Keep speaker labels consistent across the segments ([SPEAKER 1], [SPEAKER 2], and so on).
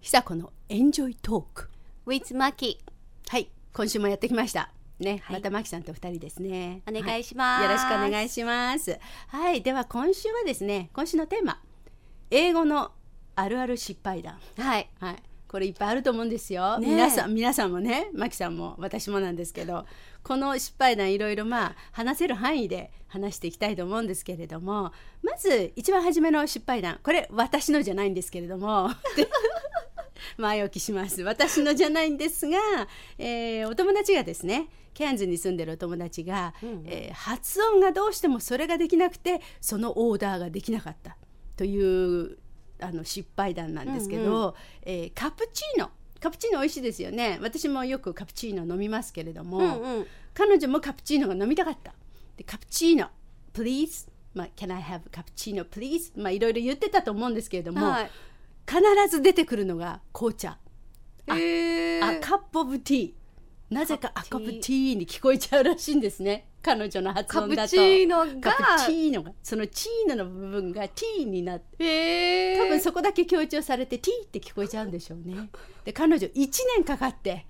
[SPEAKER 1] 久子のエンジョイトーク
[SPEAKER 2] with マキ
[SPEAKER 1] はい今週もやってきましたね、
[SPEAKER 2] はい
[SPEAKER 1] またマキさんと二人ですね
[SPEAKER 2] お願いします、
[SPEAKER 1] よろしくお願い
[SPEAKER 2] し
[SPEAKER 1] します。はい、では今週はですね、今週のテーマ、英語のあるある失敗談。
[SPEAKER 2] ますはい
[SPEAKER 1] はい、これいっぱいあると思うんですよ。
[SPEAKER 2] ねえ
[SPEAKER 1] 皆さん、皆さんもね、マキさんも私もなんですけど、この失敗談いろいろまあ話せる範囲で話していきたいと思うんですけれども、まず一番初めの失敗談、これ私のじゃないんですけれども。 前置きします私のじゃないんですが、えーお友達がですねケアンズに住んでるお友達が、
[SPEAKER 2] うん
[SPEAKER 1] えー発音がどうしてもそれができなくてそのオーダーができなかったというあの失敗談なんですけど、
[SPEAKER 2] うん
[SPEAKER 1] えーカプチーノカプチーノ美味しいですよね私もよくカプチーノ飲みますけれども、
[SPEAKER 2] うんうん
[SPEAKER 1] 彼女もカプチーノが飲みたかったでカプチーノ please まあ、can I have カプチーノ please まあいろいろ言ってたと思うんですけれども、
[SPEAKER 2] はい
[SPEAKER 1] 必ず出てくるのが紅茶あ
[SPEAKER 2] へ
[SPEAKER 1] あカップオブティーなぜかアカプティーに聞こえちゃうらしいんですね彼女の発
[SPEAKER 2] カ
[SPEAKER 1] 音
[SPEAKER 2] プ
[SPEAKER 1] だと
[SPEAKER 2] チーノが
[SPEAKER 1] カプチーノがそのチーノの部分がティーになって
[SPEAKER 2] へ
[SPEAKER 1] 多
[SPEAKER 2] ー
[SPEAKER 1] 分そこだけ強調されてティーって聞こえちゃうんでしょうねで彼女1年かかって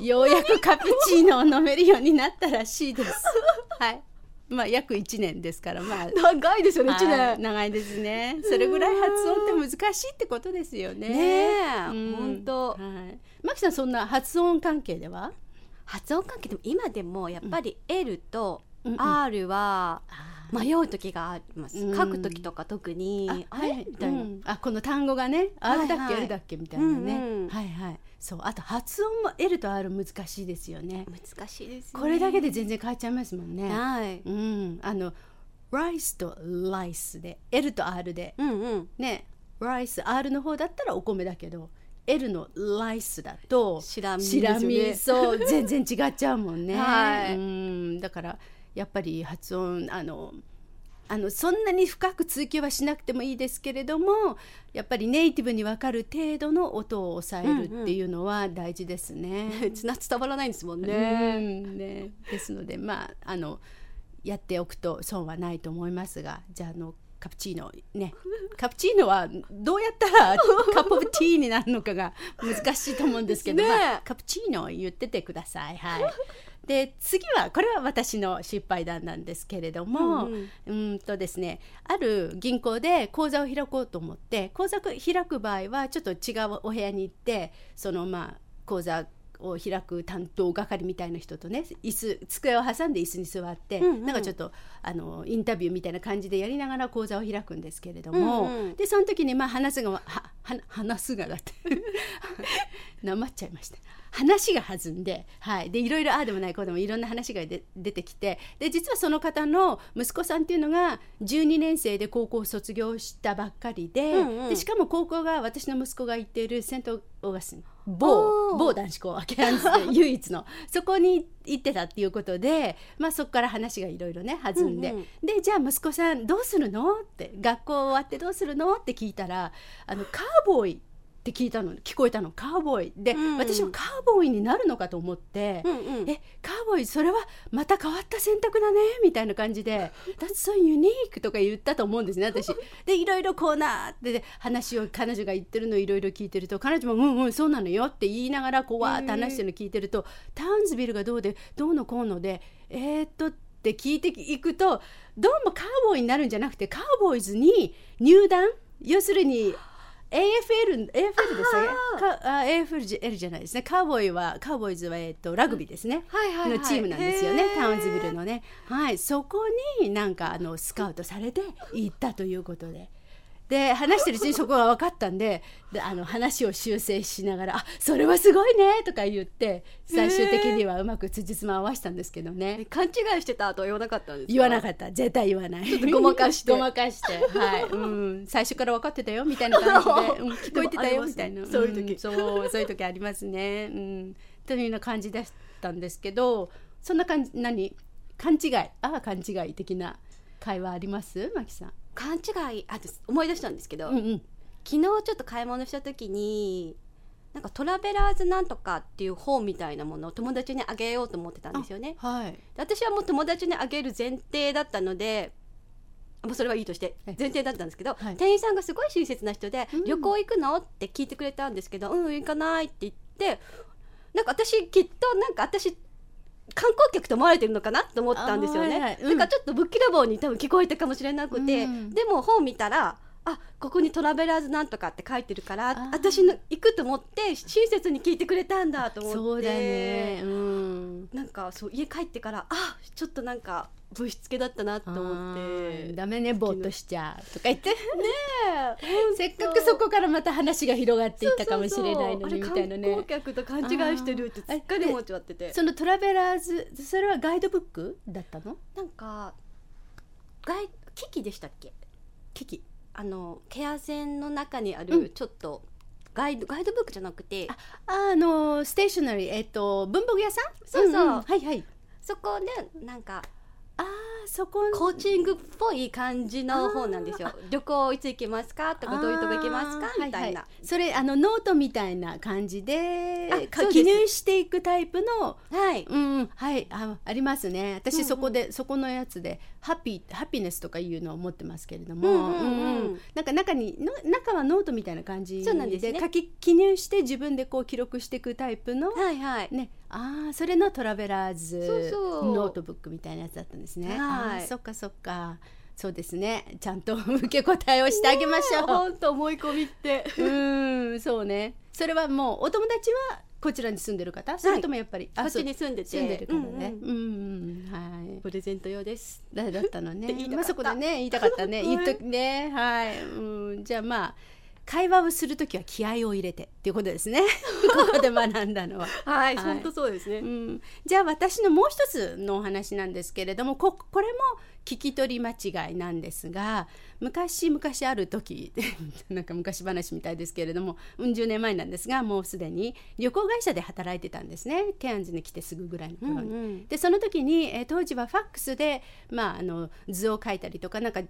[SPEAKER 1] ようやくカプチーノを飲めるようになったらしいです はいまあ約1年ですからまあ
[SPEAKER 2] 長いですよね一
[SPEAKER 1] はい
[SPEAKER 2] 年
[SPEAKER 1] 長いですねそれぐらい発音って難しいってことですよね
[SPEAKER 2] ねえ
[SPEAKER 1] うん
[SPEAKER 2] 本当
[SPEAKER 1] はい、マキさんそんな発音関係では、
[SPEAKER 2] 発音関係でも今でもやっぱり L と
[SPEAKER 1] うんうん
[SPEAKER 2] R は
[SPEAKER 1] あ
[SPEAKER 2] 迷う時があります、
[SPEAKER 1] うん
[SPEAKER 2] 書く時とか特にあれ、
[SPEAKER 1] はい
[SPEAKER 2] みたいな、
[SPEAKER 1] うんあこの単語がね R だっけ、
[SPEAKER 2] はいはい
[SPEAKER 1] L だっけみたいなね、
[SPEAKER 2] うんうん
[SPEAKER 1] はいはいそうあと発音も L と R 難しいですよね
[SPEAKER 2] 難しいですね
[SPEAKER 1] これだけで全然変えちゃいますもんね
[SPEAKER 2] はい、
[SPEAKER 1] うんあの rice と rice で L と R で
[SPEAKER 2] うんうん
[SPEAKER 1] ね rice R の方だったらお米だけど L の rice だと
[SPEAKER 2] シラミです
[SPEAKER 1] シ
[SPEAKER 2] よね
[SPEAKER 1] ラミそう全然違っちゃうもんね、
[SPEAKER 2] はい
[SPEAKER 1] うんだからやっぱり発音あのあのそんなに深く追求はしなくてもいいですけれどもやっぱりネイティブに分かる程度の音を抑えるっていうのは大事ですね。
[SPEAKER 2] つな伝わらないんです もんね。
[SPEAKER 1] ねねですのでまああのやっておくと損はないと思いますがじゃああのカプチーノねカプチーノはどうやった らカップオブティーになるのかが難しいと思うんですけど、
[SPEAKER 2] ね
[SPEAKER 1] まあ、カプチーノを言っててください。はいで次はこれは私の失敗談なんですけれども、
[SPEAKER 2] う
[SPEAKER 1] うんん
[SPEAKER 2] うん
[SPEAKER 1] とですねある銀行で口座を開こうと思って口座開く場合はちょっと違うお部屋に行ってそのまあ口座を開く担当係みたいな人とね椅子机を挟んで椅子に座って、
[SPEAKER 2] うんうん
[SPEAKER 1] なんかちょっとあのインタビューみたいな感じでやりながら講座を開くんですけれども、
[SPEAKER 2] うんうん
[SPEAKER 1] でその時にまあ話すがはは話すがだって なまっちゃいました話が弾んで,、はい、でいろいろああでもないこうでもいろんな話がで出てきてで実はその方の息子さんっていうのが12年生で高校を卒業したばっかりで,、
[SPEAKER 2] うんうん
[SPEAKER 1] でしかも高校が私の息子が行っているセント・オーガスティン某
[SPEAKER 2] おー
[SPEAKER 1] 某男子校アケア ンズで唯一のそこに行ってたっていうことで、まあ、そこから話がいろいろね弾んで、
[SPEAKER 2] うんうん
[SPEAKER 1] でじゃあ息子さんどうするのって学校終わってどうするのって聞いたらあのカーボーイって聞いたの聞こえたのカーボーイで、
[SPEAKER 2] うん
[SPEAKER 1] 私もカーボーイになるのかと思って。
[SPEAKER 2] うんうん
[SPEAKER 1] えカーボーイそれはまた変わった選択だねみたいな感じで「That's so unique」とか言ったと思うんですね私。でいろいろこうなーってで話を彼女が言ってるのをいろいろ聞いてると彼女も「うんうんそうなのよ」って言いながらこうわーって話してるの聞いてると「タウンズビルがどうでどうのこうのでえー、っと」って聞いていくとどうもカーボーイになるんじゃなくてカーボーイズに入団要するに AFL, AFL ですねかあ AFL じゃ L じゃないですねカーボーイはカーボーイズは、えっとラグビーですね、
[SPEAKER 2] はいはいはい
[SPEAKER 1] のチームなんですよね
[SPEAKER 2] へー
[SPEAKER 1] タウンズビルのね、はい、そこになんかあのスカウトされて行ったということで。で話してるうちにそこが分かったんでであの話を修正しながら「あそれはすごいね」とか言って最終的にはうまくつじつま合わせたんですけどね
[SPEAKER 2] え勘違いしてたとは言わなかったんですか
[SPEAKER 1] 言わな
[SPEAKER 2] っ
[SPEAKER 1] かった絶対言わないちょっ
[SPEAKER 2] とごまかして
[SPEAKER 1] ごまかしてはい、うん、最初から分かってたよみたいな感じ で、うん、聞こえてた
[SPEAKER 2] でも
[SPEAKER 1] よ
[SPEAKER 2] ありま
[SPEAKER 1] み
[SPEAKER 2] すね
[SPEAKER 1] たいな
[SPEAKER 2] そういう時
[SPEAKER 1] んそうそういう時ありますねうんというような感じだったんですけどそんな感じ何勘違いああ勘違い的な会話ありますマキさん
[SPEAKER 2] 勘違いあです思い出したんですけど、
[SPEAKER 1] うんうん
[SPEAKER 2] 昨日ちょっと買い物した時になんかトラベラーズなんとかっていう本みたいなものを友達にあげようと思ってたんですよね
[SPEAKER 1] はい
[SPEAKER 2] で私はもう友達にあげる前提だったのでまあ、それはいいとして
[SPEAKER 1] はい
[SPEAKER 2] 前提だったんですけど、
[SPEAKER 1] はい
[SPEAKER 2] 店員さんがすごい親切な人で「
[SPEAKER 1] うん
[SPEAKER 2] 旅行行くの?」って聞いてくれたんですけど「うん行かない」って言ってなんか私きっとなんか私観光客と思われてるのかなと思ったんですよね。
[SPEAKER 1] あーはいはいうん
[SPEAKER 2] なんかちょっとぶっきらぼうに多分聞こえたかもしれなくて、
[SPEAKER 1] うん
[SPEAKER 2] でも本見たら「あここにトラベラーズなんとか」って書いてるから
[SPEAKER 1] ー
[SPEAKER 2] 私の行くと思って親切に聞いてくれたんだと思って
[SPEAKER 1] そうだねうん
[SPEAKER 2] なんかそう家帰ってからあちょっとなんかぶしつけだったなと思っ
[SPEAKER 1] あ
[SPEAKER 2] て
[SPEAKER 1] ーダメねぼーっとしちゃうとか言ってせっか
[SPEAKER 2] そ
[SPEAKER 1] く
[SPEAKER 2] う
[SPEAKER 1] そこからまた話が広がっていったかもしれないのに
[SPEAKER 2] そ
[SPEAKER 1] み
[SPEAKER 2] うそうそう
[SPEAKER 1] たいな
[SPEAKER 2] あれ観
[SPEAKER 1] ね
[SPEAKER 2] 光客と勘違いしてるってすっかり思っちゃってて
[SPEAKER 1] そのトラベラーズそれはガイドブックだったの
[SPEAKER 2] なんか外機器でしたっけ
[SPEAKER 1] キキ
[SPEAKER 2] あのケア線の中にあ
[SPEAKER 1] うん
[SPEAKER 2] るちょっとガイド、ガイドブックじゃなくて
[SPEAKER 1] あのステーショナリーえっ、と文房具屋さん
[SPEAKER 2] そうそう
[SPEAKER 1] はいはい
[SPEAKER 2] そこでなんか
[SPEAKER 1] ああそこ
[SPEAKER 2] コーチングっぽい感じの方なんですよ旅行いつ行けますかとかどういうとこ行けますか
[SPEAKER 1] あー
[SPEAKER 2] みたいな、
[SPEAKER 1] ははそれあのノートみたいな感じで
[SPEAKER 2] あ
[SPEAKER 1] か
[SPEAKER 2] そうで
[SPEAKER 1] 記
[SPEAKER 2] す
[SPEAKER 1] 入していくタイプの
[SPEAKER 2] はい。
[SPEAKER 1] うんはいあありますね
[SPEAKER 2] うんう
[SPEAKER 1] 私
[SPEAKER 2] ん
[SPEAKER 1] そこで、そこのやつでハッピーハピネスとかいうのを持ってますけれども、
[SPEAKER 2] うんうんうん
[SPEAKER 1] なんか中にの中はノートみたいな感じ
[SPEAKER 2] そうなんですね
[SPEAKER 1] 書き記入して自分でこう記録していくタイプの、
[SPEAKER 2] はいはい。
[SPEAKER 1] ねあーそれのトラベラーズ
[SPEAKER 2] そうそう
[SPEAKER 1] ノートブックみたいなやつだったんですね、
[SPEAKER 2] はい
[SPEAKER 1] あーそっかそっかそうですねちゃんと受け答えをしてあげましょう、
[SPEAKER 2] 本当思い込み って。
[SPEAKER 1] うーんそうねそれはもうお友達はこちらに住んでる方それともやっぱり、
[SPEAKER 2] こ
[SPEAKER 1] あ
[SPEAKER 2] っ
[SPEAKER 1] そう
[SPEAKER 2] ちに住んでて。
[SPEAKER 1] 住んでるから
[SPEAKER 2] う
[SPEAKER 1] ね
[SPEAKER 2] んうん
[SPEAKER 1] うんうん、はい
[SPEAKER 2] プレゼント用です。
[SPEAKER 1] だだったの
[SPEAKER 2] って
[SPEAKER 1] ね
[SPEAKER 2] 言いたかった
[SPEAKER 1] まあそこでね言いたかったね
[SPEAKER 2] はい
[SPEAKER 1] 言っときねはい、うん、じゃあまあ会話をするときは気合を入れてっていうことです ねここで学んだのは。
[SPEAKER 2] はい
[SPEAKER 1] はい
[SPEAKER 2] 本当そうですね。
[SPEAKER 1] うん、じゃあ私のもう一つのお話なんですけれどもここれも聞き取り間違いなんですが昔昔ある時 なんか昔話みたいですけれどもうん十年前なんですがもうすでに旅行会社で働いてたんですねケアンズに来てすぐぐらいの頃に。
[SPEAKER 2] ん。
[SPEAKER 1] でその時に、えー当時はファックスで、まあ、あの図を書いたりとかなんか、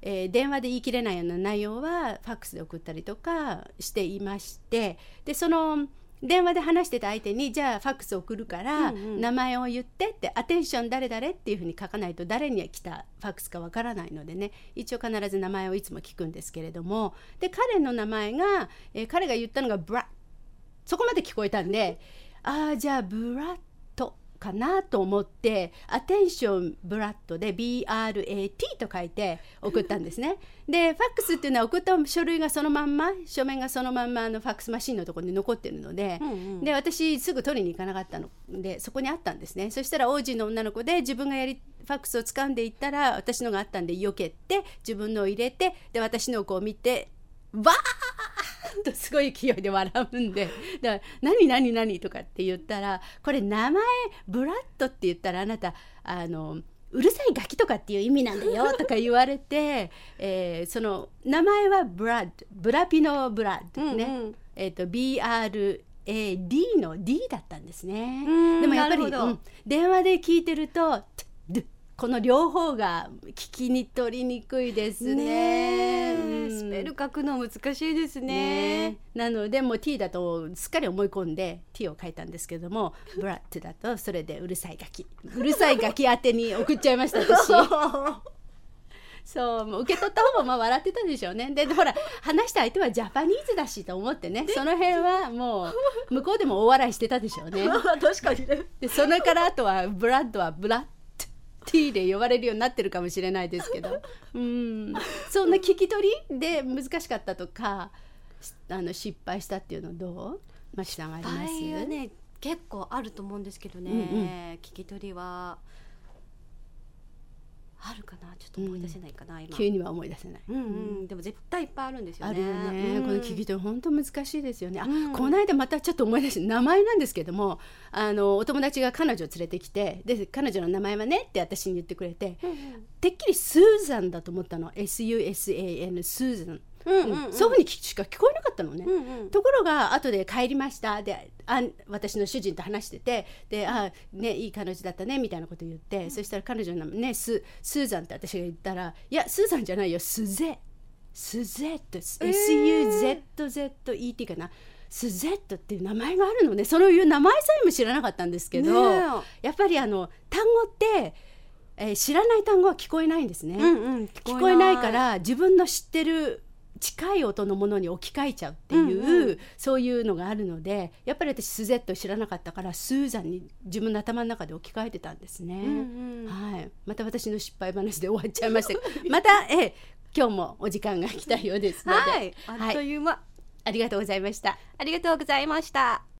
[SPEAKER 1] えー電話で言い切れないような内容はファックスで送ったりとかしていましてでその電話で話してた相手にじゃあファックス送るから
[SPEAKER 2] うんうん
[SPEAKER 1] 名前を言ってって、アテンション誰誰っていうふうに書かないと誰に来たファックスかわからないのでね一応必ず名前をいつも聞くんですけれどもで彼の名前が、えー彼が言ったのがブラッそこまで聞こえたんでああじゃあブラットかなと思って「アテンションブラッド」で「BRAT」と書いて送ったんですね。でファックスっていうのは送った書類がそのまんま書面がそのまんまあのファックスマシンのところに残ってるので。で
[SPEAKER 2] で、
[SPEAKER 1] 私すぐ取りに行かなかったのでそこにあったんですねそしたら王子の女の子で自分がやりファックスを掴んでいったら私のがあったんで避けて自分のを入れてで私のをこう見てわーっとすごい勢いで笑うんで 「だから何何何?」とかって言ったらこれ名前ブラッドって言ったらあなたあのうるさいガキとかっていう意味なんだよとか言われて、 えーその名前はブラッドブラピのブラッドね、
[SPEAKER 2] うんうん
[SPEAKER 1] えー、と BRAD の D だったんですね。
[SPEAKER 2] うん
[SPEAKER 1] でもやっぱり、
[SPEAKER 2] なるほ
[SPEAKER 1] う
[SPEAKER 2] ど
[SPEAKER 1] ん電話で聞いてるとトゥドゥこの両方が聞きに取りにくいですね。
[SPEAKER 2] ね
[SPEAKER 1] う
[SPEAKER 2] え、
[SPEAKER 1] ん
[SPEAKER 2] スペル書くの難しいです
[SPEAKER 1] ね
[SPEAKER 2] ね。
[SPEAKER 1] なのでもう T だとすっかり思い込んで T を書いたんですけど もブラッドだとそれでうるさいガキうるさいガキ宛てに送っちゃいました私。 そうもう受け取った方もまあ笑ってたでしょうねでほら話した相手はジャパニーズだしと思ってねその辺はもう向こうでも大笑いしてたでしょうね
[SPEAKER 2] 確かにね。
[SPEAKER 1] でそれからあとはブラッドはブラッド T で呼ばれるようになってるかもしれないですけ どうんそんな聞き取りで難しかったとかしあの失敗したっていうのどうまきさんはあり
[SPEAKER 2] 場合
[SPEAKER 1] ます
[SPEAKER 2] はね、結構あると思うんですけどね。
[SPEAKER 1] うんうん
[SPEAKER 2] 聞き取りは。あるかな、ちょっと思い出せないかな、今。
[SPEAKER 1] 急には思い出せない。
[SPEAKER 2] うんうん、でも絶対いっぱいあるんですよ
[SPEAKER 1] あ
[SPEAKER 2] ね。
[SPEAKER 1] るよね、
[SPEAKER 2] うん
[SPEAKER 1] この聞き取り本当難しいですよね。あ、
[SPEAKER 2] うん
[SPEAKER 1] この間またちょっと思い出して名前なんですけどもあのお友達が彼女を連れてきてで彼女の名前はねって私に言ってくれて
[SPEAKER 2] うんうん
[SPEAKER 1] てっきりスーザンだと思ったの SUSAN スーザン、
[SPEAKER 2] うんうんうん
[SPEAKER 1] そういうふうにしか聞こえなかったのね。
[SPEAKER 2] うんうん
[SPEAKER 1] ところが後で帰りましたであ私の主人と話しててであ、ね、いい彼女だったねみたいなこと言って、そしたら彼女の名前ねススーザンって私が言ったら「いやスーザンじゃないよスゼ」スゼット、
[SPEAKER 2] え
[SPEAKER 1] SUZZET かなスゼットっていう名前があるのねそういう名前さえも知らなかったんですけど、
[SPEAKER 2] ねえ
[SPEAKER 1] やっぱりあの単語ってえー知らない単語は聞こえないんですね、
[SPEAKER 2] うんうん、聞
[SPEAKER 1] 聞こえないから自分の知ってる近い音のものに置き換えちゃうっていう、
[SPEAKER 2] うんう
[SPEAKER 1] そういうのがあるのでやっぱり私スゼット知らなかったからスーザンに自分の頭の中で置き換えてたんですね。
[SPEAKER 2] うんうん
[SPEAKER 1] はい、また私の失敗話で終わっちゃいましたがまた、えー今日もお時間が来たようですので、
[SPEAKER 2] はい、あっという間、
[SPEAKER 1] ありがとうございました。
[SPEAKER 2] ありがとうございました。